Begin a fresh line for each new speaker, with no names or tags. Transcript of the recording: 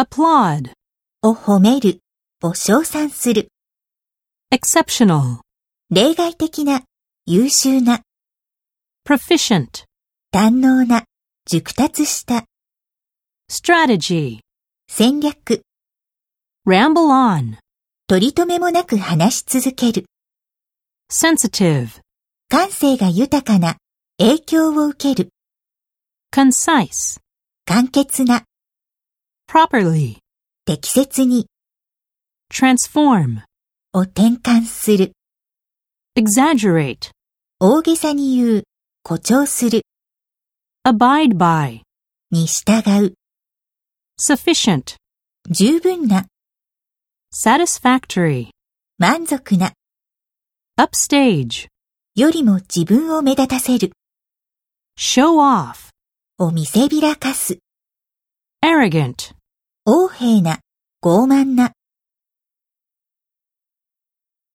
applaud,
を褒めるを称賛する
exceptional,
例外的な優秀な
proficient,
堪能な熟達した
strategy,
戦略
ramble on,
取り留めもなく話し続ける
sensitive,
感性が豊かな影響を受ける
concise,
簡潔な
properly,
適切に
transform,
を転換する
exaggerate,
大げさに言う誇張する
abide by,
に従う
sufficient,
十分な
satisfactory,
満足な
upstage,
よりも自分を目立たせる
show off,
を見せびらかす
arrogant.
横柄な傲慢な